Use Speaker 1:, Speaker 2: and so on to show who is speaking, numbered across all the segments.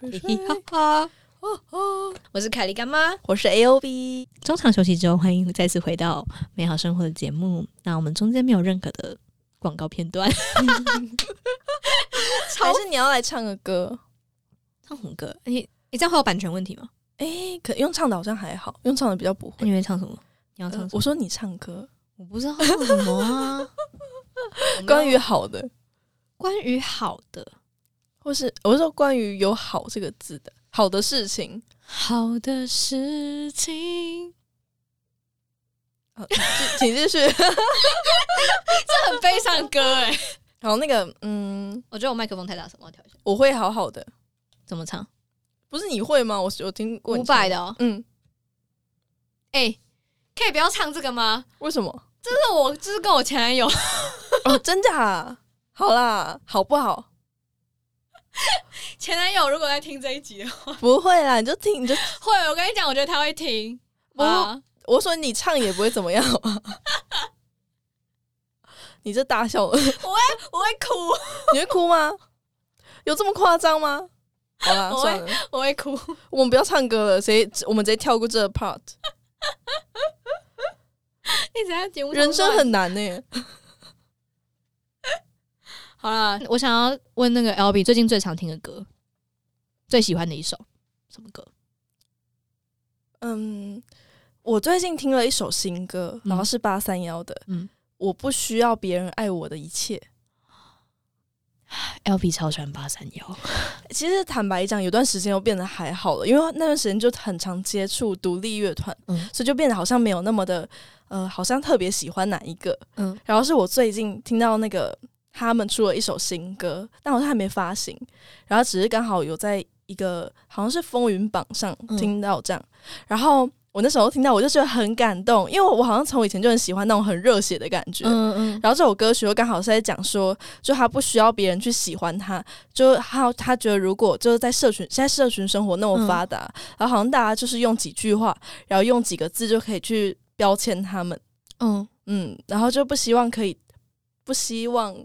Speaker 1: 嘿嘿哈哈！
Speaker 2: 哦哦，
Speaker 1: 我是凯莉干妈。
Speaker 2: 我是 A O B，
Speaker 1: 中场休息之后，欢迎再次回到美好生活的节目。那我们中间没有任何的广告片段，
Speaker 2: 还是你要来唱个歌？
Speaker 1: 唱红歌。你你这样会有版权问题吗？
Speaker 2: 哎、可用唱的好像还好，用唱的比较不
Speaker 1: 那
Speaker 2: 会。
Speaker 1: 你会唱什么？你要唱
Speaker 2: 呃
Speaker 1: 什么？
Speaker 2: 我说你唱歌，
Speaker 1: 我不知道唱什么啊。
Speaker 2: 关于好的，
Speaker 1: 关于好的
Speaker 2: 或是我是说关于有“好”这个字的好的事情，
Speaker 1: 好的事情，
Speaker 2: 请继续。
Speaker 1: 这很悲伤的歌哎、
Speaker 2: 然后那个，嗯，
Speaker 1: 我觉得我麦克风太大声，我要调一下。
Speaker 2: 我会好好的，
Speaker 1: 怎么唱？
Speaker 2: 不是你会吗？我有听过你
Speaker 1: 伍佰
Speaker 2: 唱，
Speaker 1: 的哦。
Speaker 2: 嗯，
Speaker 1: 哎、可以不要唱这个吗？
Speaker 2: 为什 么？
Speaker 1: 这是我，这是跟我前男友。
Speaker 2: 哦，真假、好啦，好不好？
Speaker 1: 前男友如果在听这一集的话，
Speaker 2: 不会啦，你就听，你就
Speaker 1: 会，我跟你讲，我觉得他会听。
Speaker 2: 不
Speaker 1: 啊，
Speaker 2: 我说你唱也不会怎么样、 啊。你这大 笑了，
Speaker 1: 我会哭，
Speaker 2: 你会哭吗？有这么夸张吗？好啦，
Speaker 1: 我会
Speaker 2: 算了，
Speaker 1: 我会哭。
Speaker 2: 我们不要唱歌了，谁我们直接跳过这个 part。
Speaker 1: 一直在节目上
Speaker 2: 人生
Speaker 1: 乱
Speaker 2: 很难呢、
Speaker 1: 好啦。我想要问那个 L B 最近最常听的歌，最喜欢的一首什么歌？
Speaker 2: 嗯，我最近听了一首新歌，
Speaker 1: 嗯
Speaker 2: 然后是八三幺的，
Speaker 1: 嗯
Speaker 2: 我不需要别人爱我的一切。
Speaker 1: ，L B 超喜欢八三幺。
Speaker 2: 其实坦白讲，有段时间又变得还好了，因为那段时间就很常接触独立乐团，
Speaker 1: 嗯
Speaker 2: 所以就变得好像没有那么的，呃，好像特别喜欢哪一个。
Speaker 1: 嗯，
Speaker 2: 然后是我最近听到那个他们出了一首新歌，但好像还没发行，然后只是刚好有在一个好像是风云榜上
Speaker 1: 嗯
Speaker 2: 听到这样，然后。我那时候听到，我就觉得很感动，因为我好像从以前就很喜欢那种很热血的感觉。
Speaker 1: 嗯嗯，
Speaker 2: 然后这首歌曲又刚好是在讲说，就他不需要别人去喜欢他，就他他觉得如果就是在社群现在社群生活那么发达，然后好像大家就是用几句话，然后用几个字就可以去标签他们，
Speaker 1: 嗯
Speaker 2: 嗯，然后就不希望可以不希望。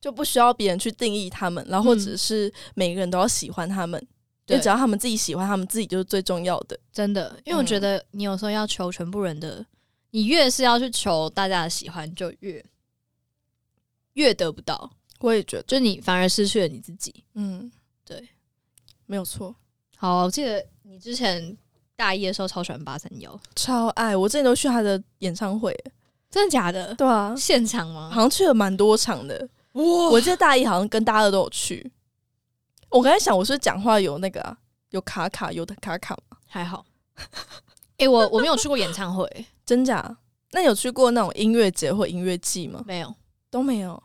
Speaker 2: 就不需要别人去定义他们，然后或者
Speaker 1: 嗯
Speaker 2: 是每个人都要喜欢他们，就
Speaker 1: 对
Speaker 2: 只要他们自己喜欢，他们自己就是最重要的。
Speaker 1: 真的，因为我
Speaker 2: 嗯
Speaker 1: 觉得你有时候要求全部人的，你越是要去求大家的喜欢，就越越得不到，
Speaker 2: 我也觉得，
Speaker 1: 就你反而失去了你自己。
Speaker 2: 嗯，
Speaker 1: 对，
Speaker 2: 没有错，
Speaker 1: 好，我记得你之前大一的时候超喜欢八三幺，
Speaker 2: 超爱！我之前都去他的演唱会，
Speaker 1: 真的假的？
Speaker 2: 对啊，
Speaker 1: 现场吗？
Speaker 2: 好像去了蛮多场的。
Speaker 1: 哇！
Speaker 2: 我记得大一好像跟大二都有去。我刚才想，我是不是讲话有那个、啊、有卡卡，有的卡卡吗？
Speaker 1: 还好。 诶，我我没有去过演唱会，
Speaker 2: 真假？那你有去过那种音乐节或音乐季吗？
Speaker 1: 没有，
Speaker 2: 都没有。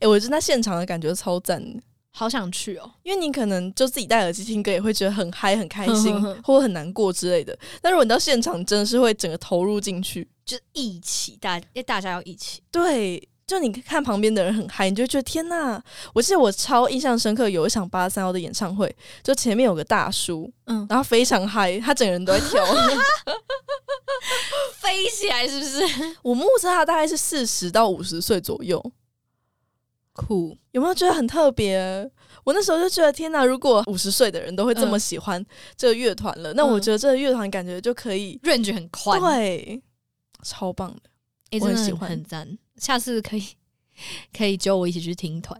Speaker 2: 哎、我觉得那现场的感觉超赞的，
Speaker 1: 好想去哦。
Speaker 2: 因为你可能就自己戴耳机听歌，也会觉得很嗨、很开心
Speaker 1: 哼哼 哼，
Speaker 2: 或者很难过之类的。但如果你到现场，真的是会整个投入进去。
Speaker 1: 就一起，大因为大家要一起，
Speaker 2: 对，就你看旁边的人很嗨，你就觉得天呐！我记得我超印象深刻，有一场八三幺的演唱会，就前面有个大叔，
Speaker 1: 嗯，
Speaker 2: 然后非常嗨，他整个人都在跳。
Speaker 1: 飞起来是不是？
Speaker 2: 我目测他大概是四十到五十岁左右，
Speaker 1: 酷，
Speaker 2: 有没有觉得很特别？我那时候就觉得天呐，如果五十岁的人都会这
Speaker 1: 嗯
Speaker 2: 么喜欢这个乐团了，那我觉得这个乐团感觉就可以，
Speaker 1: range 很宽，
Speaker 2: 对，超棒的。
Speaker 1: 诶
Speaker 2: 我
Speaker 1: 真
Speaker 2: 很
Speaker 1: 的
Speaker 2: 喜
Speaker 1: 很
Speaker 2: 欢
Speaker 1: 很赞。下次可以 可以揪我一起去听团，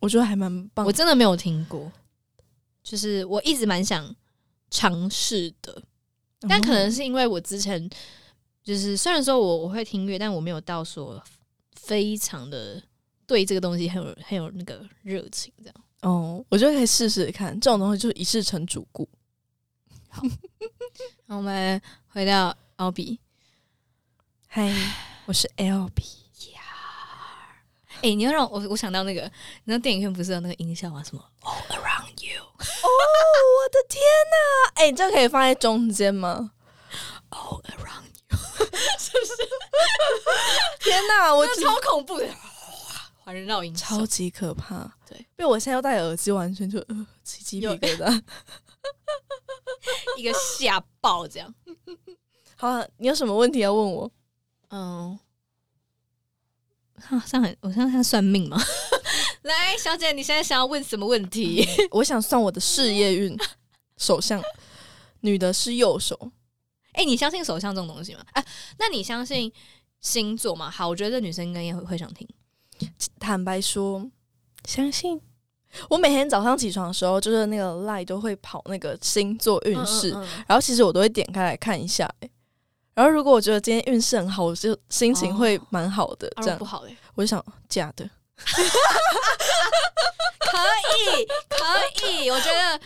Speaker 2: 我觉得还蛮棒
Speaker 1: 我，真的没有听过，就是我一直蛮想尝试的，但可能
Speaker 2: 嗯
Speaker 1: 是因为我之前就是虽然说我我会听音乐，但我没有到说非常的对这个东西很有很有那个热情这样。
Speaker 2: 哦，我觉得可以试试看，这种东西就是一试成主顾。
Speaker 1: 那我们回到奥比，
Speaker 2: 嗨，我是 L B，
Speaker 1: 哎、你要让我我想到那个，你知道电影院不是有那个音效吗？什么 All Around You，
Speaker 2: 哦，我的天呐！哎、这可以放在中间吗？
Speaker 1: All Around，You，
Speaker 2: 天呐，我
Speaker 1: 这
Speaker 2: 真
Speaker 1: 超恐怖的，哇环绕音效
Speaker 2: 超级可怕。
Speaker 1: 对，
Speaker 2: 因为我现在要戴耳机，完全就呃起鸡皮
Speaker 1: 有
Speaker 2: 疙瘩。
Speaker 1: 一个吓爆这样。
Speaker 2: 好啊、你有什么问题要问我？
Speaker 1: 嗯，啊，这样很，我这样算命吗？ 来，小姐，你现在想要问什么问题？
Speaker 2: 我想算我的事业运，手相，女的是右手，
Speaker 1: 哎、你相信手相这种东西吗？哎、那你相信星座吗？好，我觉得这女生应该也会会想听。
Speaker 2: 坦白说，相信。我每天早上起床的时候，就是那个 line 都会跑那个星座运势，
Speaker 1: 嗯嗯嗯
Speaker 2: 然后其实我都会点开来看一下、欸然后如果我觉得今天运势很好，我就心情会蛮好的，
Speaker 1: 啊
Speaker 2: 这样、
Speaker 1: 不好哎、
Speaker 2: 我就想假的，
Speaker 1: 可以，可以，我觉得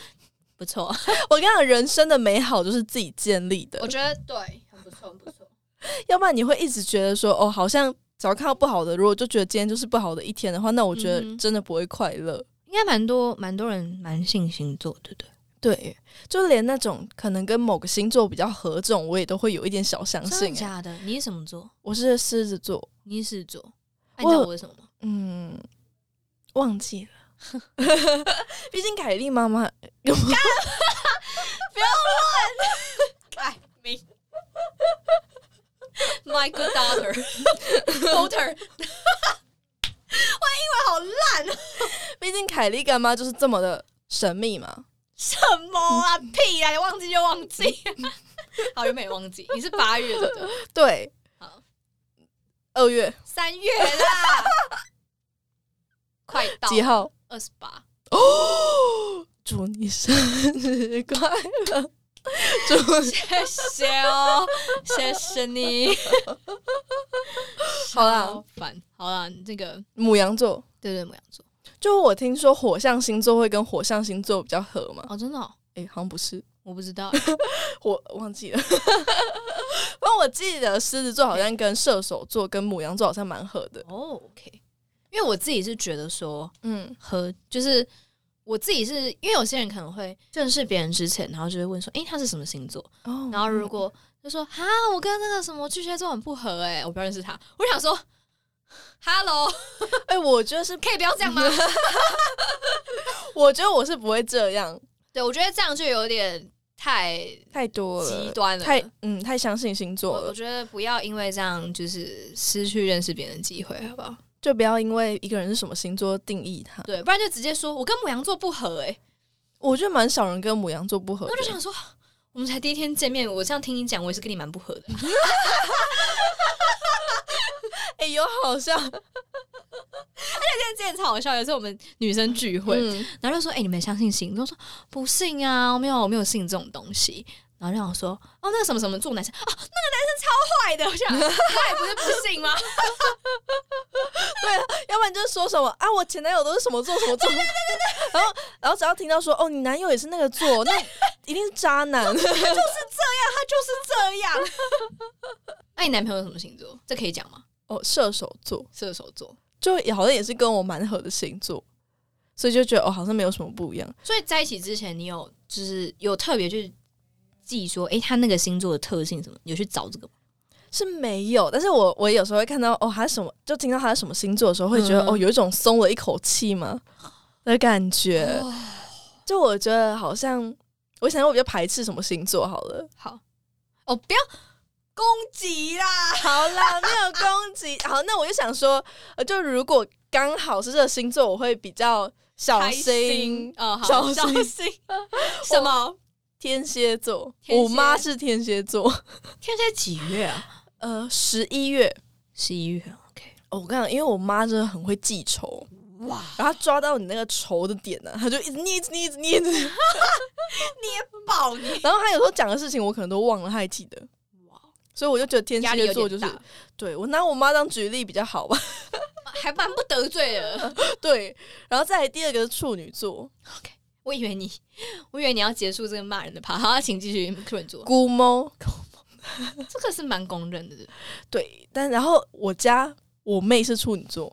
Speaker 1: 不错，
Speaker 2: 我跟你讲，人生的美好就是自己建立的
Speaker 1: 我，觉得对，很不错，很不错。
Speaker 2: 要不然你会一直觉得说，哦，好像只要看到不好的，如果就觉得今天就是不好的一天的话，那我觉
Speaker 1: 嗯
Speaker 2: 得
Speaker 1: 哼
Speaker 2: 真的不会快乐。
Speaker 1: 应该蛮多蛮多人蛮信星座，对不对？
Speaker 2: 对，就连那种可能跟某个星座比较合这种，我也都会有一点小相
Speaker 1: 真
Speaker 2: 信、欸。
Speaker 1: 的假的？你是什么座？
Speaker 2: 我是狮子座，
Speaker 1: 你是狮子座。哎、
Speaker 2: 我
Speaker 1: 你知道我是什么吗？
Speaker 2: 嗯，忘记了。 毕竟凯莉妈妈，
Speaker 1: 哎，me。My good daughter, daughter，
Speaker 2: 毕竟凯莉干妈就是这么的神秘嘛。
Speaker 1: 什么啊？屁啊！你忘记就 忘记。好，原本也忘记。你是八月的，
Speaker 2: 对，
Speaker 1: 好，
Speaker 2: 二月
Speaker 1: 三月 啦，快到
Speaker 2: 几号？
Speaker 1: 二十八。
Speaker 2: 哦，祝你生日快乐！ 祝你
Speaker 1: 谢谢哦，谢谢你。
Speaker 2: 好啦
Speaker 1: 超烦，好啦，这个
Speaker 2: 母羊座，
Speaker 1: 对对，母羊座
Speaker 2: 就我听说火象星座会跟火象星座比较合嘛？
Speaker 1: 哦，真的哦、
Speaker 2: 诶，好像不是，
Speaker 1: 我不知 道，
Speaker 2: 我忘记了。 不过我记得狮子座好像跟射手座跟母羊座好像蛮合的。
Speaker 1: 哦，OK，因为我自己是觉得说
Speaker 2: 嗯，
Speaker 1: 和就是我自己是因为有些人可能会认识别人之前，然后就会问说，诶，他是什么星座？
Speaker 2: 哦
Speaker 1: 然后如果就说哈，我跟那个什么巨蟹座很不合、诶，我不要认识他。我想说，Hello，
Speaker 2: 哎、我觉得是，
Speaker 1: 可以不要这样吗？
Speaker 2: 我觉得我是不会这样，
Speaker 1: 对我觉得这样就有点太
Speaker 2: 太多了，
Speaker 1: 极端了，
Speaker 2: 太嗯太相信星座
Speaker 1: 我我
Speaker 2: 了，
Speaker 1: 觉得不要因为这样就是失去认识别人的机会，好不好？
Speaker 2: 就不要因为一个人是什么星座定义他。
Speaker 1: 对，不然就直接说我跟母羊座不合哎、欸，
Speaker 2: 我觉得蛮少人跟母羊座不合
Speaker 1: 我就
Speaker 2: 的，
Speaker 1: 想说，我们才第一天见面，我这样听你讲，我也是跟你蛮不合的。
Speaker 2: 哎、有好像
Speaker 1: 但之前超好笑，有时候我们女生聚会，
Speaker 2: 嗯
Speaker 1: 然后就说：“哎、你们相信星座？”我说：“不信啊，我没有，我没有信这种东西。”然后让我说：“哦，那个什么什么座男生，哦，那个男生超坏的。”我想，他也不是不信吗？
Speaker 2: 要不然就是说什么啊，我前男友都是什么座什么座， 然后然后只要听到说哦，你男友也是那个座，那一定是渣 男。
Speaker 1: 他就是这样。那、你男朋友什么星座？这可以讲吗？
Speaker 2: 哦，射手座
Speaker 1: 射手座。
Speaker 2: 就也好像也是跟我蛮合的星座，所以就觉得哦，好像没有什么不一样。
Speaker 1: 所以在一起之前，你有就是有特别去记说，诶，他那个星座的特性什么，有去找这个吗？
Speaker 2: 是没有，但是我我有时候会看到哦，他什么就听到他什么星座的时候，会觉得、
Speaker 1: 嗯
Speaker 2: 哦，有一种松了一口气嘛的感觉。
Speaker 1: 哦
Speaker 2: 就我觉得好像，嗯我想我比较排斥什么星座好了。
Speaker 1: 好，哦，不要攻击 啦！
Speaker 2: 好啦，没有攻击。好，那我就想说，呃，就如果刚好是这个星座，我会比较小
Speaker 1: 开
Speaker 2: 心。
Speaker 1: 哦，好
Speaker 2: 小
Speaker 1: 小
Speaker 2: 心
Speaker 1: 心什么？
Speaker 2: 天蝎座，
Speaker 1: 天蝎
Speaker 2: 我妈是天蝎座，
Speaker 1: 天蝎几月啊？
Speaker 2: 呃，十一月。
Speaker 1: 十一月。OK，啊
Speaker 2: 哦我跟你讲，因为我妈真的很会记仇，
Speaker 1: 哇，
Speaker 2: 然后她抓到你那个仇的点呢、她就一直捏，一直捏，一直捏，一直捏。
Speaker 1: 爆你！
Speaker 2: 然后她有时候讲的事情，我可能都忘了，她还记得。
Speaker 1: 哇，
Speaker 2: 所以我就觉得天
Speaker 1: 压力
Speaker 2: 蝎
Speaker 1: 有
Speaker 2: 座
Speaker 1: 点
Speaker 2: 就是
Speaker 1: 大，
Speaker 2: 对我拿我妈当举例比较好吧。
Speaker 1: 还蛮不得罪的。
Speaker 2: 对，然后再来第二个是处女座，
Speaker 1: 我以为你，我以为你要结束这个骂人的趴。好，请继续客人座，
Speaker 2: 孤猫。
Speaker 1: 这个是蛮公认的。对不对
Speaker 2: 对，但然后我家我妹是处女座，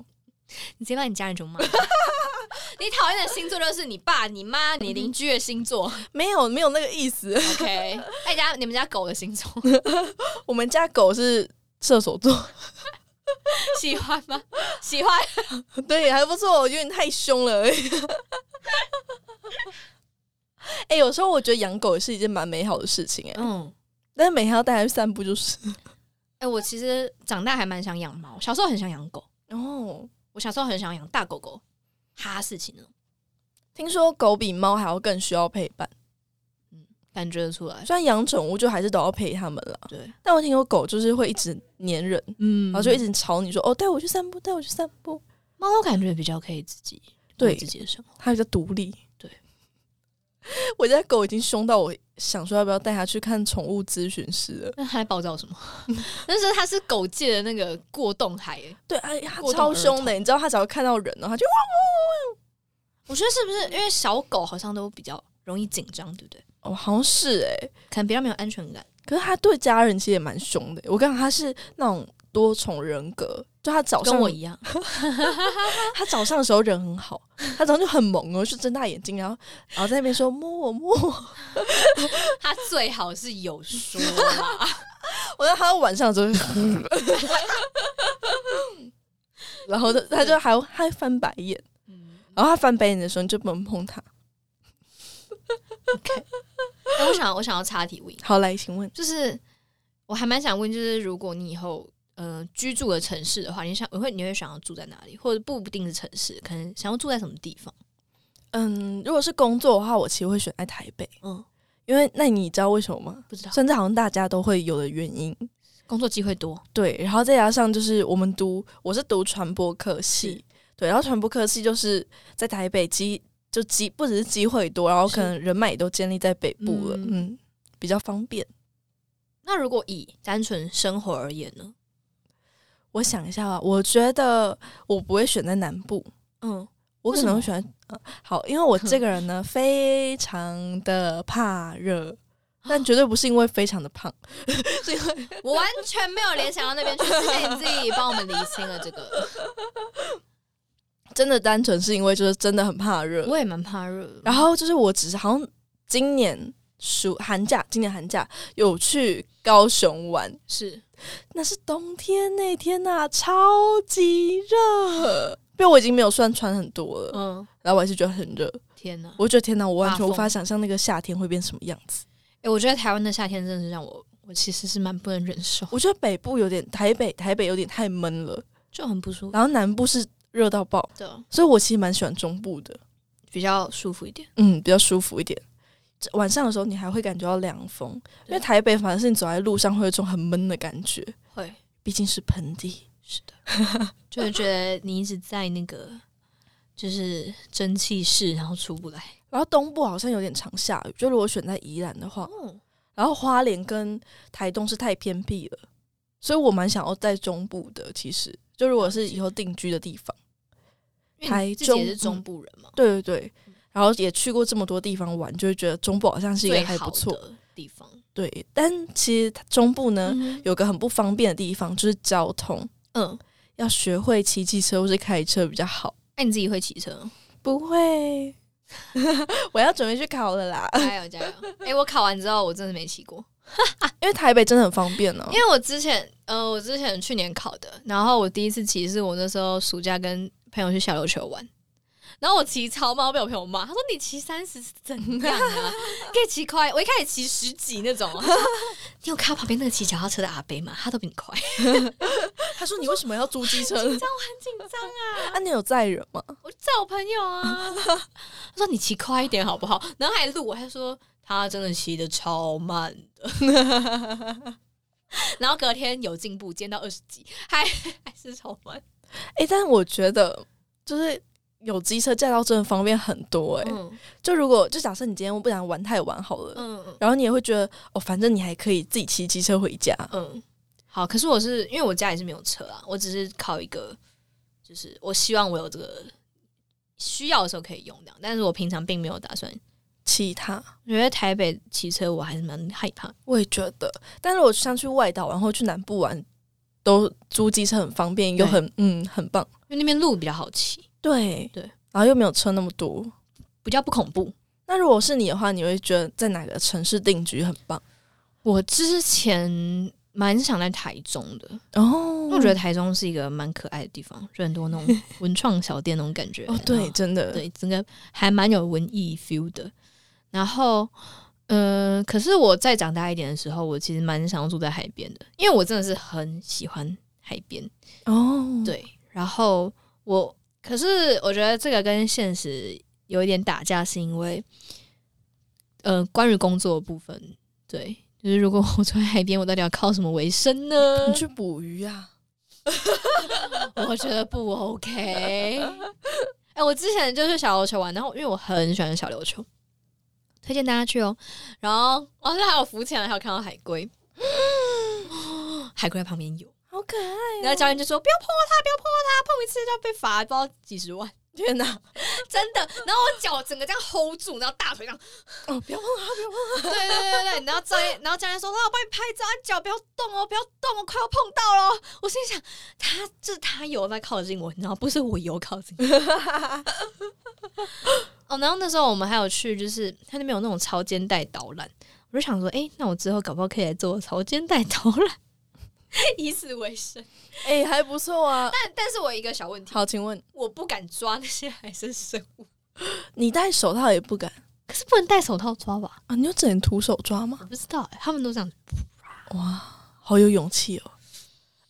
Speaker 1: 你直接把你家人就骂。 你讨厌的星座就是你爸、你妈、你邻居的星座。
Speaker 2: 没有没有那个意思。
Speaker 1: OK，那你家你们家狗的星座
Speaker 2: 我们家狗是射手座，
Speaker 1: 喜欢吗？喜欢。
Speaker 2: 对，还不错，有点太凶了而 已。哎、有时候我觉得养狗也是一件蛮美好的事情哎、
Speaker 1: 嗯，
Speaker 2: 但是每天要带它去散步就是。
Speaker 1: 哎、我其实长大还蛮想养猫，小时候很想养狗，
Speaker 2: 哦，
Speaker 1: 我小时候很想养大狗狗，哈士奇那种，
Speaker 2: 听说狗比猫还要更需要陪伴，
Speaker 1: 感觉得出来。
Speaker 2: 虽然养宠物就还是都要陪它们了，
Speaker 1: 对，
Speaker 2: 但我听说狗就是会一直黏人，
Speaker 1: 嗯，
Speaker 2: 然后就一直吵你说：“哦，带我去散步，带我去散步。
Speaker 1: 猫感觉比较可以自己
Speaker 2: 对
Speaker 1: 过自己的生活”。
Speaker 2: 它比较独立。
Speaker 1: 对，
Speaker 2: 我家狗已经凶到我想说要不要带它去看宠物咨询师了。
Speaker 1: 那它在暴躁什么？ 但是它是狗界的那个过动欸海耶，
Speaker 2: 对，哎，它
Speaker 1: 过动
Speaker 2: 超
Speaker 1: 儿
Speaker 2: 凶
Speaker 1: 童
Speaker 2: 的，你知道它只要看到人呢，它就
Speaker 1: 我觉得是不是因为小狗好像都比较容易紧张，对不对？
Speaker 2: 哦，好像是哎、
Speaker 1: 可能比较没有安全感。
Speaker 2: 可是它对家人其实也蛮凶的。欸我跟你讲，它是那种多重人格，就它早上
Speaker 1: 跟我一 样，
Speaker 2: 他早上的时候人很好，他早上就很萌哦，就睁大眼睛，然后然后在那边说摸我摸我。
Speaker 1: 它最好是有说啊啦，
Speaker 2: 我在他到晚上的时候就，然后他他就还还翻白眼，
Speaker 1: 嗯，
Speaker 2: 然后他翻白眼的时候你就不能碰他。
Speaker 1: 哎我想我想要插题问一下，
Speaker 2: 好，来，请问
Speaker 1: 就是我还蛮想问，就是如果你以后呃居住的城市的话，你想你会你会想要住在哪里，或者不一定是城市，可能想要住在什么地方？
Speaker 2: 嗯，如果是工作的话，我其实会选在台北，
Speaker 1: 嗯，
Speaker 2: 因为那你知道为什么吗？
Speaker 1: 不知道，
Speaker 2: 甚至好像大家都会有的原因，
Speaker 1: 工作机会多，
Speaker 2: 对，然后再加上就是我们读，我是读传播科系，对，然后传播科系就是在台北机就机不只是机会多，然后
Speaker 1: 是
Speaker 2: 可能人脉也都建立在北部了，
Speaker 1: 嗯
Speaker 2: 嗯比较方便。
Speaker 1: 那如果以单纯生活而言呢？
Speaker 2: 我想一下啊，我觉得我不会选在南部，
Speaker 1: 嗯，
Speaker 2: 我
Speaker 1: 为
Speaker 2: 可
Speaker 1: 什
Speaker 2: 能
Speaker 1: 么
Speaker 2: 会选在、呃好，因为我这个人呢非常的怕热。
Speaker 1: 啊
Speaker 2: 但绝对不是因为非常的胖，是因为
Speaker 1: 我完全没有联想到那边去，谢谢你自己帮我们厘清了这个。
Speaker 2: 真的单纯是因为就是真的很怕热，
Speaker 1: 我也蛮怕热的，
Speaker 2: 然后就是我只是好像今年暑寒假，今年寒假有去高雄玩，
Speaker 1: 是
Speaker 2: 那是冬天那天呐、超级热。因为我已经没有算穿很多了，
Speaker 1: 嗯，
Speaker 2: 然后我还是觉得很热。
Speaker 1: 天哪！
Speaker 2: 我觉得天哪，我完
Speaker 1: 发
Speaker 2: 全
Speaker 1: 疯
Speaker 2: 无法想象那个夏天会变什么样子。
Speaker 1: 哎、我觉得台湾的夏天真的是让我，我其实是蛮不能忍受，
Speaker 2: 我觉得北部有点，台北台北有点太闷了，
Speaker 1: 就很不舒服
Speaker 2: 然后南部是热到爆，
Speaker 1: 的，
Speaker 2: 所以我其实蛮喜欢中部的，
Speaker 1: 比较舒服一点。
Speaker 2: 嗯，比较舒服一点。这晚上的时候你还会感觉到凉风，因为
Speaker 1: 对
Speaker 2: 台北反而是你走在路上会有一种很闷的感觉。
Speaker 1: 会
Speaker 2: 毕竟是盆地。
Speaker 1: 是的，就是觉得你一直在那个就是蒸汽室，然后出不来。
Speaker 2: 然后东部好像有点常下雨，就如果选在宜兰的话，
Speaker 1: 哦，
Speaker 2: 嗯然后花莲跟台东是太偏僻了，所以我蛮想要在中部的。其实，就如果是以后定居的地方，
Speaker 1: 因为你自己也是中嗯部人嘛，
Speaker 2: 对对对。然后也去过这么多地方玩，就会觉得中部好像是一个
Speaker 1: 最
Speaker 2: 还不
Speaker 1: 好
Speaker 2: 错。
Speaker 1: 的地方。
Speaker 2: 对，但其实中部呢、
Speaker 1: 嗯
Speaker 2: 有个很不方便的地方，就是交通，
Speaker 1: 嗯，
Speaker 2: 要学会骑机车或是开车比较好。
Speaker 1: 哎、你自己会骑车？
Speaker 2: 不会， 我要准备去考了啦，
Speaker 1: 加油加油！哎、我考完之后我真的没骑过，
Speaker 2: 因为台北真的很方便呢、哦
Speaker 1: 因为我之前呃，我之前去年考的，然后我第一次骑是我那时候暑假跟朋友去小琉球玩，然后我骑超慢，我被我朋友骂，他说你骑三十是怎样啊？可以骑快，我一开始骑十几那种，他说 你有看到旁边那个骑脚踏车的阿伯吗？他都比你快，
Speaker 2: 他说：“你为什么要租机 车呢？
Speaker 1: 很紧张 啊！
Speaker 2: 啊，你有载人吗？
Speaker 1: 我载我朋友啊，他说你骑快一点好不好？然后还录我，他说他真的骑的超慢的。 然后隔天有进步，减到二十几，还还是超慢。
Speaker 2: 哎、但是我觉得就是有机车驾照真的方便很多哎、
Speaker 1: 嗯
Speaker 2: 就如果就假设你今天不想玩太晚好了，
Speaker 1: 嗯
Speaker 2: 然后你也会觉得哦，反正你还可以自己骑机车回家。
Speaker 1: 嗯，好。可是我是因为我家也是没有车啊，我只是考一个，就是我希望我有这个需要的时候可以用的，但是我平常并没有打算。
Speaker 2: 其他
Speaker 1: 我觉得台北骑车我还是蛮害怕的，
Speaker 2: 我也觉得，但是我像去外岛玩或去南部玩，都租机车很方便，又
Speaker 1: 对
Speaker 2: 很嗯很棒。
Speaker 1: 因为那边路比较好骑，
Speaker 2: 对
Speaker 1: 对，
Speaker 2: 然后又没有车那么多。
Speaker 1: 比较不恐怖。
Speaker 2: 那如果是你的话，你会觉得在哪个城市定居很棒？
Speaker 1: 我之前蛮想在台中的，
Speaker 2: 哦
Speaker 1: 因为我觉得台中是一个蛮可爱的地方，就很多那种 文创小店那种感觉。
Speaker 2: 哦，对，
Speaker 1: 然后
Speaker 2: 真的，
Speaker 1: 对，整个还蛮有文艺 feel 的。然后，呃，可是我再长大一点的时候，我其实蛮想要住在海边的，因为我真的是很喜欢海边。
Speaker 2: 哦，
Speaker 1: 对，然后我可是我觉得这个跟现实有一点打架，是因为，呃，关于工作的部分，对，就是如果我住在海边，我到底要靠什么为生 呢
Speaker 2: 你？去捕鱼啊？
Speaker 1: 我觉得不 OK。哎、我之前就是小琉球玩，然后因为我很喜欢小琉球，推荐大家去哦。然后哦，那还有浮潜，还有看到海龟，海龟在旁边游。
Speaker 2: 好可爱！啊
Speaker 1: 然后教练就说：“不要碰到它，不要碰到它，碰一次就要被罚，不知道几十万，
Speaker 2: 天哪！
Speaker 1: 真的。”然后我脚整个这样 hold 住，然后大腿这样，
Speaker 2: 哦，不要碰它，不要碰
Speaker 1: 对对对对对。然后教练，然后教练说：“让我帮你拍照，你脚不要动哦，不要动哦，快要碰到了哦。”我心想，他就是他游在靠近我，你知道，不是我游靠近。 哦，然后那时候我们还有去，就是他那边有那种潮间带导览，我就想说，哎，那我之后搞不好可以来做潮间带导览， 以此为生。
Speaker 2: 它。哎、还不错啊。
Speaker 1: 但但是我有一个小问题。
Speaker 2: 好，请问
Speaker 1: 我不敢抓那些海生生物，
Speaker 2: 你戴手套也不敢
Speaker 1: 可是不能戴手套抓吧？
Speaker 2: 啊？你有只能徒手抓吗
Speaker 1: 我？不知道、欸，他们都这样。
Speaker 2: 哇，好有勇气哦！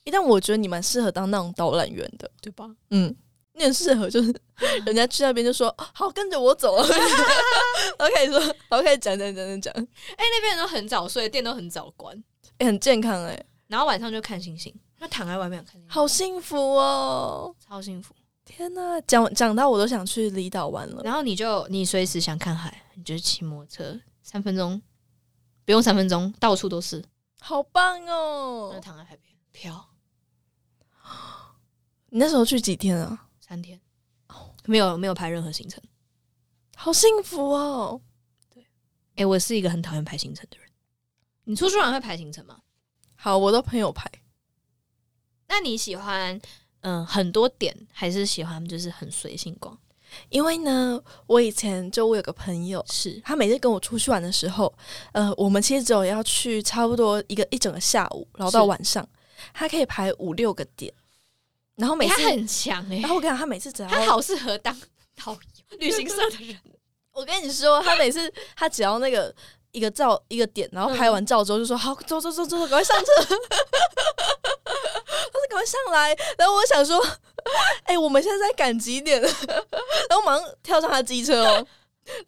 Speaker 2: 诶但我觉得你蛮适合当那种导览员的，
Speaker 1: 对吧？
Speaker 2: 嗯，你很适合，就是 人家去那边就说哦好跟着我走 啊，然后开始说，然后开始讲讲讲讲讲，
Speaker 1: 哎、那边人都很早睡，店都很早关，
Speaker 2: 诶很健康哎、
Speaker 1: 然后晚上就看星星，就躺在外面看星星，
Speaker 2: 好幸福哦！
Speaker 1: 超幸福。
Speaker 2: 天呐，讲讲到我都想去离岛玩了。
Speaker 1: 然后你就你随时想看海，你就骑摩托车，三分钟，不用三分钟，到处都是，
Speaker 2: 好棒
Speaker 1: 然后
Speaker 2: 哦！
Speaker 1: 躺在海边飘
Speaker 2: 你那时候去几天啊？
Speaker 1: 三天，没有没有排任何行程。
Speaker 2: 好幸福哦！
Speaker 1: 哎、我是一个很讨厌排行程的人。你出去玩会排行程吗？
Speaker 2: 好，我都朋友排，
Speaker 1: 那你喜欢嗯、呃很多点，还是喜欢就是很随性逛？
Speaker 2: 因为呢，我以前就我有个朋友，
Speaker 1: 是
Speaker 2: 他每次跟我出去玩的时候，呃，我们其实只有要去差不多一个一整个下午，然后到
Speaker 1: 是
Speaker 2: 晚上，他可以排五六个点，然后每
Speaker 1: 欸
Speaker 2: 次，
Speaker 1: 他很强哎、
Speaker 2: 然后我跟你讲，他每次只要
Speaker 1: 他好适合当导游、旅行社的人。
Speaker 2: 我跟你说，他每次他只要那个一个照一个点，然后拍完照之后就说：“好，走走走走，赶快上车。”他说：“赶快上来。”然后我想说：“哎、我们现在在赶几点？”然后马上跳上他的机车哦。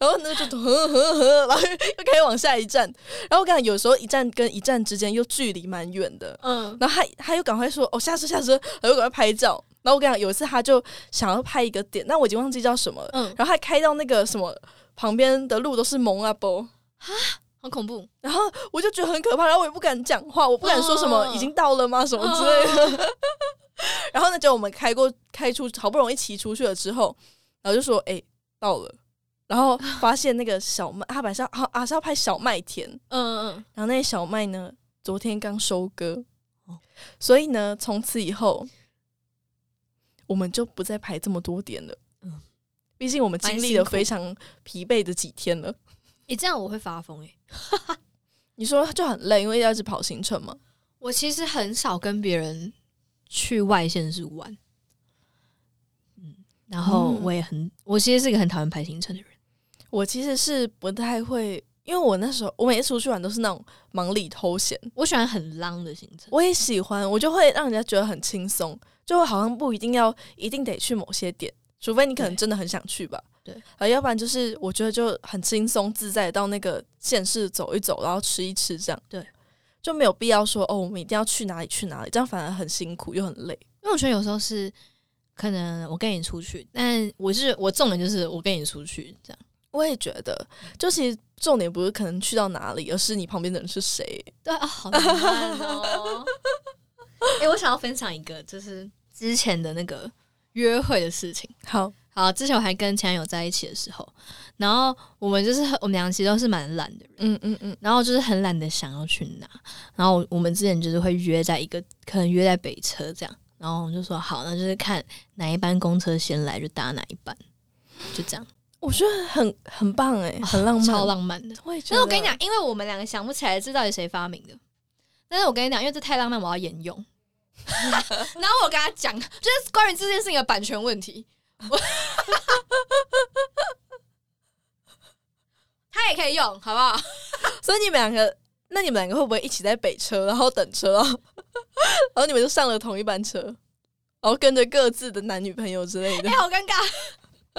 Speaker 2: 然后呢，就呵呵呵，然后又开始往下一站。然后我跟你讲，有时候一站跟一站之间又距离蛮远的，
Speaker 1: 嗯，
Speaker 2: 然后他他又赶快说哦下车下车，然后又赶快拍照。然后我跟你讲，有一次他就想要拍一个点，但我已经忘记叫什么了。
Speaker 1: 嗯
Speaker 2: 然后他开到那个什么旁边的路都是蒙阿波，
Speaker 1: 好恐怖，
Speaker 2: 然后我就觉得很可怕，然后我也不敢讲话，我不敢说什么、
Speaker 1: 嗯
Speaker 2: 已经到了吗什么之类的。 然后呢，就我们开过开出好不容易骑出去了之后，然后就说哎、到了，然后发现那个小麦，他本来是要啊啊是要拍小麦田，
Speaker 1: 嗯嗯，
Speaker 2: 然后那小麦呢，昨天刚收割
Speaker 1: 哦，
Speaker 2: 所以呢，从此以后我们就不再排这么多点了。
Speaker 1: 嗯
Speaker 2: 毕竟我们经历了非常疲惫的几天了。
Speaker 1: 你、欸这样我会发疯哎、
Speaker 2: 你说就很累，因为要一直跑行程嘛。
Speaker 1: 我其实很少跟别人去外县市玩，嗯，然后
Speaker 2: 嗯
Speaker 1: 我也很，我其实是一个很讨厌排行程的人。
Speaker 2: 我其实是不太会，因为我那时候我每次出去玩都是那种忙里偷闲，
Speaker 1: 我喜欢很浪的行程，
Speaker 2: 我也喜欢，我就会让人家觉得很轻松，就好像不一定要一定得去某些点，除非你可能
Speaker 1: 对
Speaker 2: 真的很想去吧。
Speaker 1: 对，
Speaker 2: 呃，要不然就是我觉得就很轻松自在地到那个县市走一走，然后吃一吃这样。
Speaker 1: 对，
Speaker 2: 就没有必要说哦，我们一定要去哪里去哪里，这样反而很辛苦又很累。
Speaker 1: 因为我觉得有时候是可能我跟你出去，但我是我重点就是我跟你出去这样。
Speaker 2: 我也觉得，就其实重点不是可能去到哪里，而是你旁边的人是谁。
Speaker 1: 对啊，好浪漫哦！哎、我想要分享一个，就是之前的那个约会的事情。
Speaker 2: 好，
Speaker 1: 好，之前我还跟前男友在一起的时候，然后我们就是我们俩其实都是蛮懒的人，
Speaker 2: 嗯嗯嗯，
Speaker 1: 然后就是很懒得想要去哪，然后我们之前就是会约在一个，可能约在北车这样，然后我们就说好，那就是看哪一班公车先来就搭哪一班，就这样，
Speaker 2: 我觉得很很棒哎、很浪漫，
Speaker 1: 啊超。浪漫的。
Speaker 2: 我也觉
Speaker 1: 但
Speaker 2: 得。
Speaker 1: 是我跟你讲，因为我们两个想不起来这到底谁发明的。但是我跟你讲，因为这太浪漫，我要 沿用。然后我跟他讲，就是关于这件事情的版权问 题，我他也可以用，好不好？
Speaker 2: 所以你们两个，那你们 两个会不会一起在北车，然后等车，然后然后你们就上了同一班车？哦，后跟着各自的男女朋友之类的
Speaker 1: 哎、。好尴尬。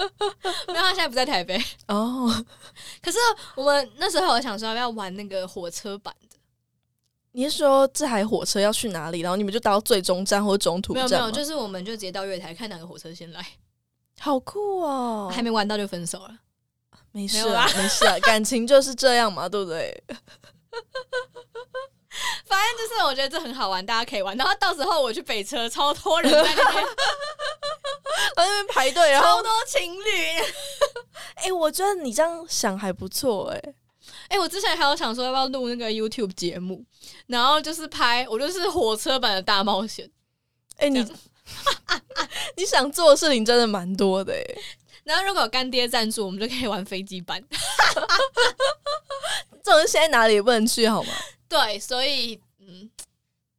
Speaker 1: 没有，他现在不在台北。
Speaker 2: 哦，
Speaker 1: 可是我们那时候有想说要不要玩那个火车版的，
Speaker 2: 你是说这台火车要去哪里？然后你们就到最终站或中途
Speaker 1: 没
Speaker 2: 站吗？
Speaker 1: 有没有，就是我们就直接到月台看哪个火车先来，
Speaker 2: 好酷哦！
Speaker 1: 还没玩到就分手了。
Speaker 2: 没事
Speaker 1: 没有
Speaker 2: 啊
Speaker 1: 啦，
Speaker 2: 没事啊，感情就是这样嘛，对不对？
Speaker 1: 反正就是我觉得这很好玩，大家可以玩。然后到时候我去北车，超多人在那边，
Speaker 2: 在那边排队， 然
Speaker 1: 超
Speaker 2: 后
Speaker 1: 多情侣。
Speaker 2: 哎、我觉得你这样想还不错哎、
Speaker 1: 哎、我之前还有想说要不要录那个 YouTube 节目，然后就是拍我就是火车版的大冒险，
Speaker 2: 哎、你 你想做的事情真的蛮多的哎、
Speaker 1: 然后如果有干爹赞助，我们就可以玩飞机版。
Speaker 2: 这种现在哪里也不能去好吗？
Speaker 1: 对，所以嗯，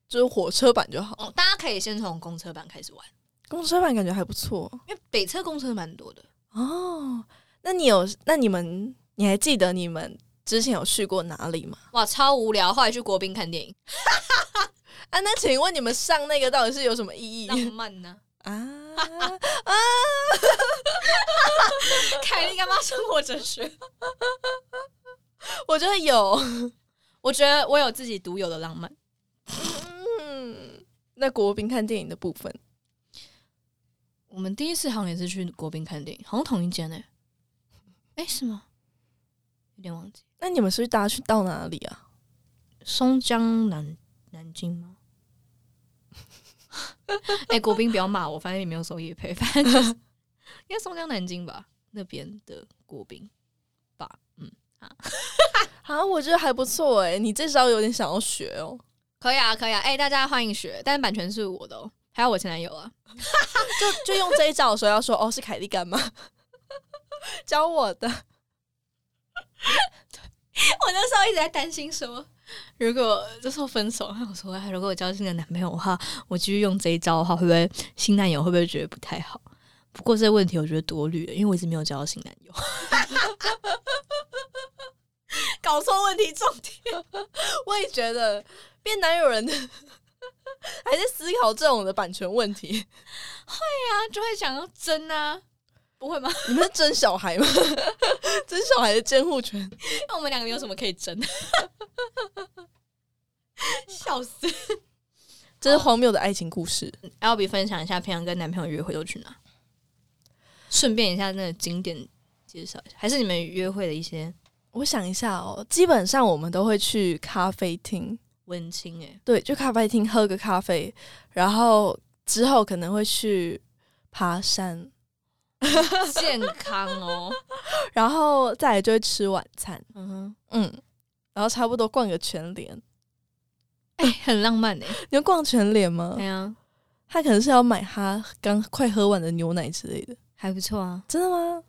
Speaker 2: 就是火车版就好，
Speaker 1: 哦，大家可以先从公车版开始玩，
Speaker 2: 公车版感觉还不错
Speaker 1: 因为北车公车蛮多的。
Speaker 2: 哦。那你有那你们你还记得你们之前有去过哪里吗？
Speaker 1: 哇，超无聊！后来去国宾看电影，
Speaker 2: 啊，那请问你们上那个到底是有什么意义
Speaker 1: 浪漫呢、
Speaker 2: 啊？
Speaker 1: 凯莉干嘛生活哲 学？
Speaker 2: 我觉得有，
Speaker 1: 我觉得我有自己独有的浪漫。
Speaker 2: 嗯，那国宾看电影的部分，
Speaker 1: 我们第一次好像也是去国宾看电影，好像同一间呢、欸。哎、是吗？有点忘记，
Speaker 2: 那你们是不是大家去到哪里啊？
Speaker 1: 松江南南京吗？ 哎、国宾不要骂我，反正也没有收叶配，反正 就是应该松江南京吧，那边的国宾吧，嗯，
Speaker 2: 啊，我觉得还不错哎、你这招有点想要学哦。
Speaker 1: 可以啊，可以啊，哎、大家欢迎学，但版权是我的哦，还有我前男友啊，
Speaker 2: 就就用这一招的时候要说哦，是凯莉干妈 教我的。
Speaker 1: 我那时候一直在担心说，如果这时候分手，我想说，哎如果我交新的男朋友的话，我继续用这一招的话，会不会新男友会不会觉得不太好？不过这个问题我觉得多虑了，因为我一直没有交到新男 友，搞错问题重点。
Speaker 2: 我也觉得变男友人的还在思考这种的版权问 题。
Speaker 1: 他就会想要争啊，不会吗？
Speaker 2: 你们是争小孩吗？ 争小孩的监护权？
Speaker 1: 那我们两个有什么可以争？ 笑死
Speaker 2: 这是荒谬的爱情故事。
Speaker 1: ！L B 分享一下平常跟男朋友约会都去哪？顺便一下那个景点介绍一下，还是你们约会的一些
Speaker 2: 我想一下哦，基本上我们都会去咖啡厅，
Speaker 1: 文青哎、 欸，
Speaker 2: 对，去咖啡厅喝个咖啡，然后之后可能会去爬山，
Speaker 1: 健康哦。
Speaker 2: 然后再来就会吃晚餐，
Speaker 1: 嗯哼，
Speaker 2: 嗯，然后差不多逛个全联。
Speaker 1: 哎、很浪漫哎、
Speaker 2: 你要逛全联吗
Speaker 1: 对？啊，
Speaker 2: 他可能是要买他刚快喝完的牛奶之类的，
Speaker 1: 还不错啊。
Speaker 2: 真的吗？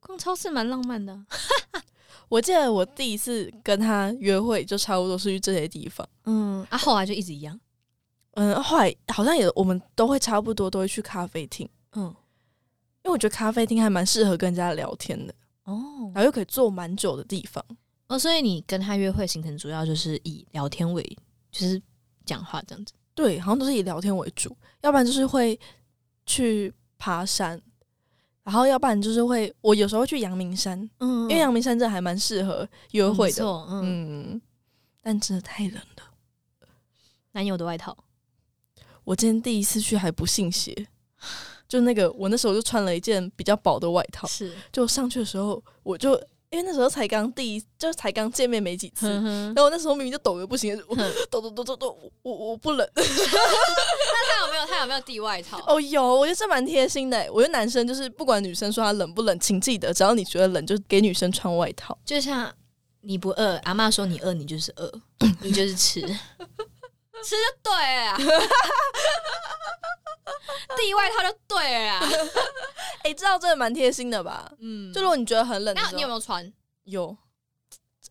Speaker 1: 逛超市蛮浪漫的啊、
Speaker 2: 我记得我第一次跟他约会，就差不多是去这些地方。
Speaker 1: 嗯，啊，后来就一直一样。
Speaker 2: 嗯，后来好像也我们都会差不多都会去咖啡厅，
Speaker 1: 嗯，
Speaker 2: 因为我觉得咖啡厅还蛮适合跟人家聊天的，
Speaker 1: 哦
Speaker 2: 然，后又可以坐蛮久的地方。
Speaker 1: 哦，所以你跟他约会行程主要就是以聊天为，就是讲话这样子。
Speaker 2: 对，好像都是以聊天为主，要不然就是会去爬山，然后要不然就是会我有时候会去阳明山，
Speaker 1: 嗯
Speaker 2: 因为阳明山真的还蛮适合约会的。
Speaker 1: 错，嗯，
Speaker 2: 嗯，但真的太冷了。
Speaker 1: 男友的外套。
Speaker 2: 我今天第一次去还不信邪，就那个我那时候就穿了一件比较薄的外套，
Speaker 1: 是，
Speaker 2: 就上去的时候我就因为那时候才刚第一，就才刚见面没几次，
Speaker 1: 哼
Speaker 2: 然
Speaker 1: 哼，
Speaker 2: 后我那时候明明就抖的不行，我
Speaker 1: 哼
Speaker 2: 抖抖抖抖抖，我我我不冷。
Speaker 1: 他有没有他有没有递外套？
Speaker 2: 哦，有，我觉得这蛮贴心的。欸我觉得男生就是不管女生说他冷不冷，请记得，只要你觉得冷，就给女生穿外套。
Speaker 1: 就像你不饿，阿妈说你饿，你就是 饿，你就是吃，吃就对了 啊，递外套就对了 啊。
Speaker 2: 哎、这招真的蛮贴心的吧？
Speaker 1: 嗯，
Speaker 2: 就如果你觉得很冷的时
Speaker 1: 那
Speaker 2: 候，
Speaker 1: 你有没有穿？
Speaker 2: 有？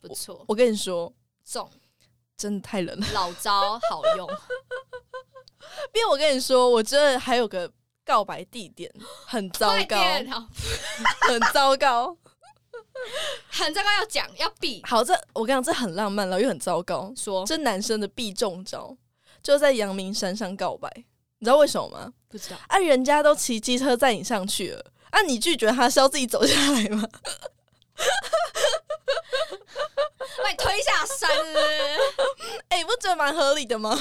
Speaker 1: 不错，
Speaker 2: 我跟你说，
Speaker 1: 中
Speaker 2: 真的太冷了。
Speaker 1: 老招好用。
Speaker 2: 因为我跟你说，我真的还有个告白地点，很糟
Speaker 1: 快
Speaker 2: 糕，
Speaker 1: 点，好，
Speaker 2: 很糟糕。
Speaker 1: 很糟糕，要讲要避
Speaker 2: 好，这我跟你讲，这很浪漫了，又很糟糕。
Speaker 1: 说
Speaker 2: 这男生的必中招，就在阳明山上告白。你知道为什么吗？
Speaker 1: 不知道，
Speaker 2: 啊，人家都骑机车载你上去了，啊，你拒绝他是要自己走下来吗？
Speaker 1: 把你推下山是不是
Speaker 2: 哎、不觉得蛮合理的吗？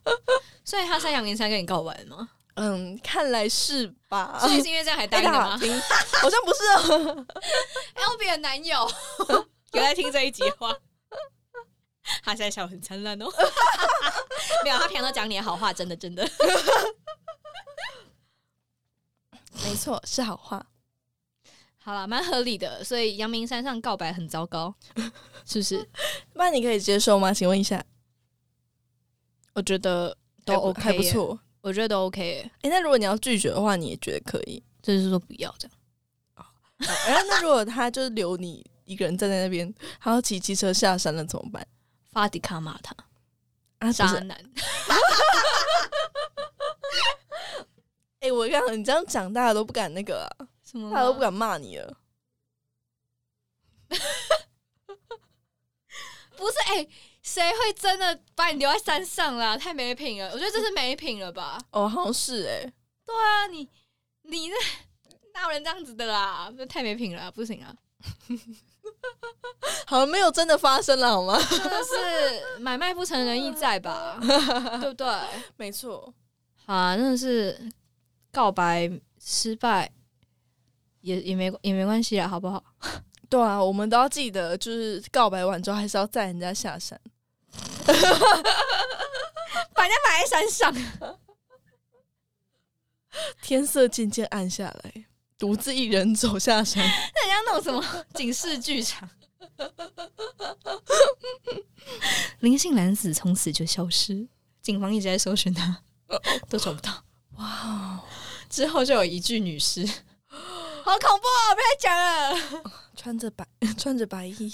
Speaker 1: 所以他三两年才跟你告白吗？
Speaker 2: 嗯，看来是吧？
Speaker 1: 所以是因为这样还答
Speaker 2: 哎
Speaker 1: 应的
Speaker 2: 大家
Speaker 1: 吗？
Speaker 2: 听 好像不是哦。
Speaker 1: 还有别的男友， 有在听这一集话，他现在笑得很灿烂哦。 没有，他平常都讲你的好话，真的真的。
Speaker 2: 没错，是好话。
Speaker 1: 好了，蛮合理的，所以阳明山上告白很糟糕，是 不是？
Speaker 2: 那你可以接受吗？请问一下，
Speaker 1: 我觉得都
Speaker 2: 还不
Speaker 1: OK，
Speaker 2: 还不
Speaker 1: 耶，
Speaker 2: 错。
Speaker 1: 我觉得都 OK，耶
Speaker 2: 哎、那如果你要拒绝的话，你也觉得可以。
Speaker 1: 就是说不要这样。
Speaker 2: 然后，那如果他就是留你一个人站在那边，他要骑机车下山了怎么办？
Speaker 1: 发迪卡骂他，
Speaker 2: 啊，不
Speaker 1: 渣
Speaker 2: 是，
Speaker 1: 男，
Speaker 2: 哎、我跟你讲，你这样讲，大家都不敢那个、啊，
Speaker 1: 什么
Speaker 2: 大家都不
Speaker 1: 敢
Speaker 2: 敢骂你了。
Speaker 1: 不是哎，谁、会真的把你留在山上啦？太没品了，我觉得这是没品了吧？
Speaker 2: 哦，好像是哎、
Speaker 1: 对 啊，你你那哪有人这样子的 啦？这太没品了啊，不行啊！
Speaker 2: 好像没有真的发生了，好吗？
Speaker 1: 真的是买卖不成仁义在 吧？对不对？
Speaker 2: 没错，
Speaker 1: 好啊，真的是告白失败也也没也没关系啦，好不好？
Speaker 2: 对啊，我们都要记得，就是告白完之后还是要载人家下 山。
Speaker 1: 把人家埋在山上，
Speaker 2: 天色渐渐暗下来，独自一人走下山。
Speaker 1: 那人家弄什么警示剧 场？林姓男子从此就消失，警方一直在搜寻他，都找不到。
Speaker 2: 哇，
Speaker 1: 之后就有一具女尸，哦好恐怖、哦！不要再讲了。
Speaker 2: 穿着白 穿着白衣，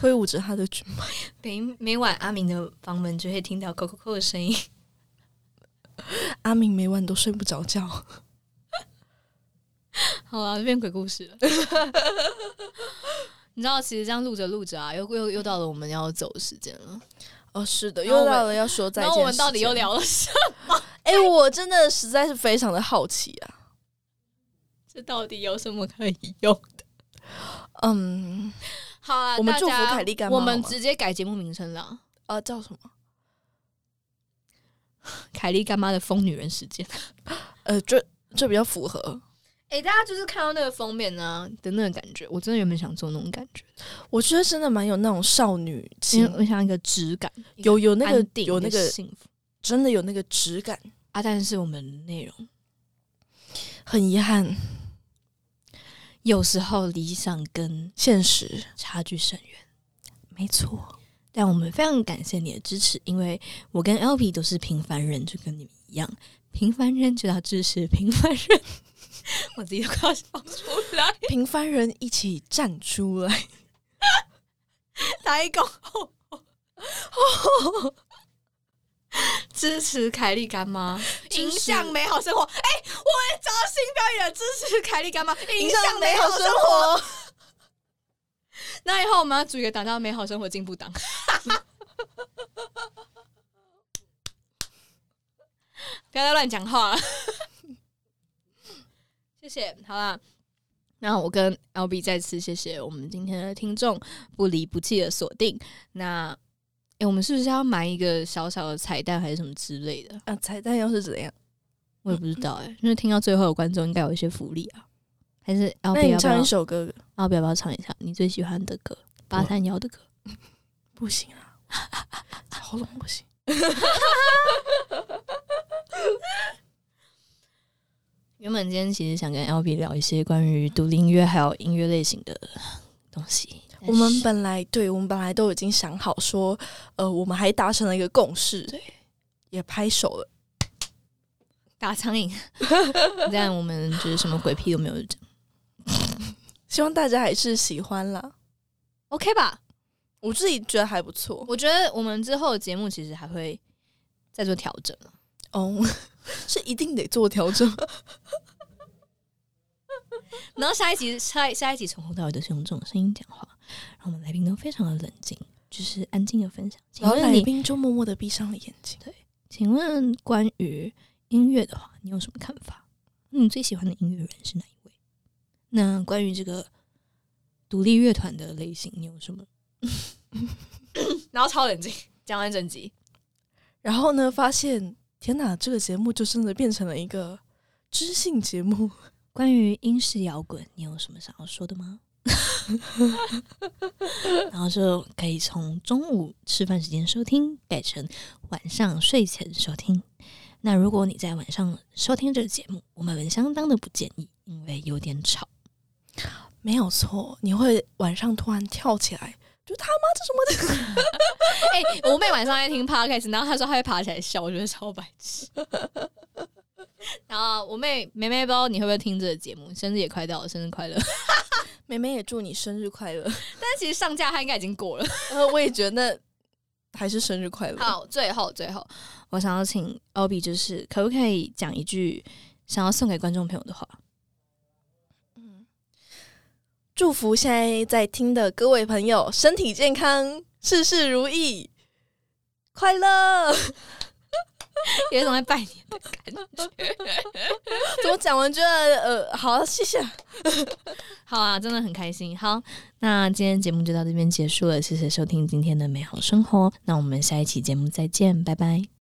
Speaker 2: 挥舞着他的军帽。
Speaker 1: 每每晚阿明的房门就会听到“扣扣扣”的声音。
Speaker 2: 阿明每晚都睡不着觉。
Speaker 1: 好啊，这变鬼故事了。 你知道，其实这样录着录着啊，又又又到了我们要走的时间了。
Speaker 2: 哦，是的，
Speaker 1: 然后
Speaker 2: 又
Speaker 1: 我们
Speaker 2: 到了要说再
Speaker 1: 然
Speaker 2: 见。
Speaker 1: 后我们到底又？聊了什么？
Speaker 2: 哎、我真的实在是非常的好奇啊。
Speaker 1: 这到底有什么可以用？
Speaker 2: 嗯，
Speaker 1: 好啊，
Speaker 2: 我们
Speaker 1: 大
Speaker 2: 祝福
Speaker 1: 家
Speaker 2: 凯莉干妈
Speaker 1: 我们
Speaker 2: 好吗
Speaker 1: 直接改节目名称了，
Speaker 2: 啊，叫什么？
Speaker 1: 《凯莉干妈的疯女人时间》
Speaker 2: 呃，这这比较符合。
Speaker 1: 哎、大家就是看到那个封面呢、的那个感觉，我真的原本想做那种感觉，
Speaker 2: 我觉得真的蛮有那种少女
Speaker 1: 因
Speaker 2: 心
Speaker 1: 为，我想要一个质感，一
Speaker 2: 有有那
Speaker 1: 嗯安
Speaker 2: 个
Speaker 1: 定
Speaker 2: 有那
Speaker 1: 一个
Speaker 2: 个
Speaker 1: 幸福。
Speaker 2: 真的有那个质感。
Speaker 1: 啊，但是我们内容
Speaker 2: 很遗憾，
Speaker 1: 有时候理想跟
Speaker 2: 现实
Speaker 1: 差距甚远，
Speaker 2: 没错。
Speaker 1: 但我们非常感谢你的支持，因为我跟 LP 都是平凡人，就跟你们一样，平凡人就要支持平凡人。 我自己都快要笑出来，
Speaker 2: 平凡人一起站出来，
Speaker 1: 打一个吼吼支持凯莉干妈，
Speaker 2: 支持
Speaker 1: 影响美好生活。哎、我们找到新表演了，支持凯莉干妈，影响美好生活。
Speaker 2: 活。
Speaker 1: 那以后我们要组一个打造美好生活进步党。 不要再乱讲话了， 谢谢。好啦，那我跟 L B 再次谢谢我们今天的听众不离不弃的锁定。那，诶、我们是不是要埋一个小小的彩蛋还是什么之类的？
Speaker 2: 啊，彩蛋又是怎样？
Speaker 1: 我也不知
Speaker 2: 嗯
Speaker 1: 道诶、因为听到最后的观众应该有一些福利啊。还是 L
Speaker 2: 那
Speaker 1: B
Speaker 2: 你
Speaker 1: 要不
Speaker 2: 唱
Speaker 1: 要
Speaker 2: 一首歌
Speaker 1: ？L B 要不要唱一下你最喜欢的歌？八三幺的歌。
Speaker 2: 不行啊， 喉咙不行。
Speaker 1: 原本今天其实想跟 L B 聊一些关于独立音乐还有音乐类型的东西。但是
Speaker 2: 我们本来对我们本来都已经想好说，呃，我们还达成了一个共识，
Speaker 1: 对，
Speaker 2: 也拍手了。
Speaker 1: 打苍 蝇，但我们就是什么鬼屁都没有讲
Speaker 2: 希望大家还是喜欢啦。
Speaker 1: ，OK 吧？
Speaker 2: 我自己觉得还不错
Speaker 1: 我觉得我们之后的节目其实还会再做调整。啊
Speaker 2: 哦， 是一定得做调 整。
Speaker 1: 然后下一集，下一下一集从头到尾都是用这种声音讲话，然后我们来宾都非常的冷静，就是安静的分享。请
Speaker 2: 然后
Speaker 1: 问
Speaker 2: 来
Speaker 1: 你，
Speaker 2: 宾就默默的闭上了眼睛。
Speaker 1: 请问关于音乐的话，你有什么看法？你最喜欢的音乐人是哪一位？那关于这个独立乐团的类型，你有什么？ 然后超冷静，讲完整集。
Speaker 2: 然后呢，发现天哪，这个节目就真的变成了一个知性节目。
Speaker 1: 关于英式摇滚，你有什么想要说的吗？ 然后就可以从中午吃饭时间收听，改成晚上睡前收听。那如果你在晚上收听这个节目，我们相当的不建议，因为有点吵。
Speaker 2: 没有错，你会晚上突然跳起来，就他妈这什么？
Speaker 1: 哎、我妹晚上在听 podcast，然后她说她会爬起来笑，我觉得超白痴。然后我妹妹妹不知道你会不会听这个节目，生日也快到了，生日快乐！
Speaker 2: 妹妹也祝你生日快 乐。
Speaker 1: 但其实上架她应该已经过了。
Speaker 2: 呃，我也觉得还是生日快乐。
Speaker 1: 好，最后最后，我想要请 Obi，就是可不可以讲一句想要送给观众朋友的话？
Speaker 2: 嗯祝福现在在听的各位朋友身体健康，事事如意，快 乐。
Speaker 1: 有一种在拜年的感觉。
Speaker 2: 怎么讲完觉得呃，好，谢谢。
Speaker 1: 好啊，真的很开心。好，那今天节目就到这边结束了，谢谢收听今天的美好生活。那我们下一期节目再见，拜拜。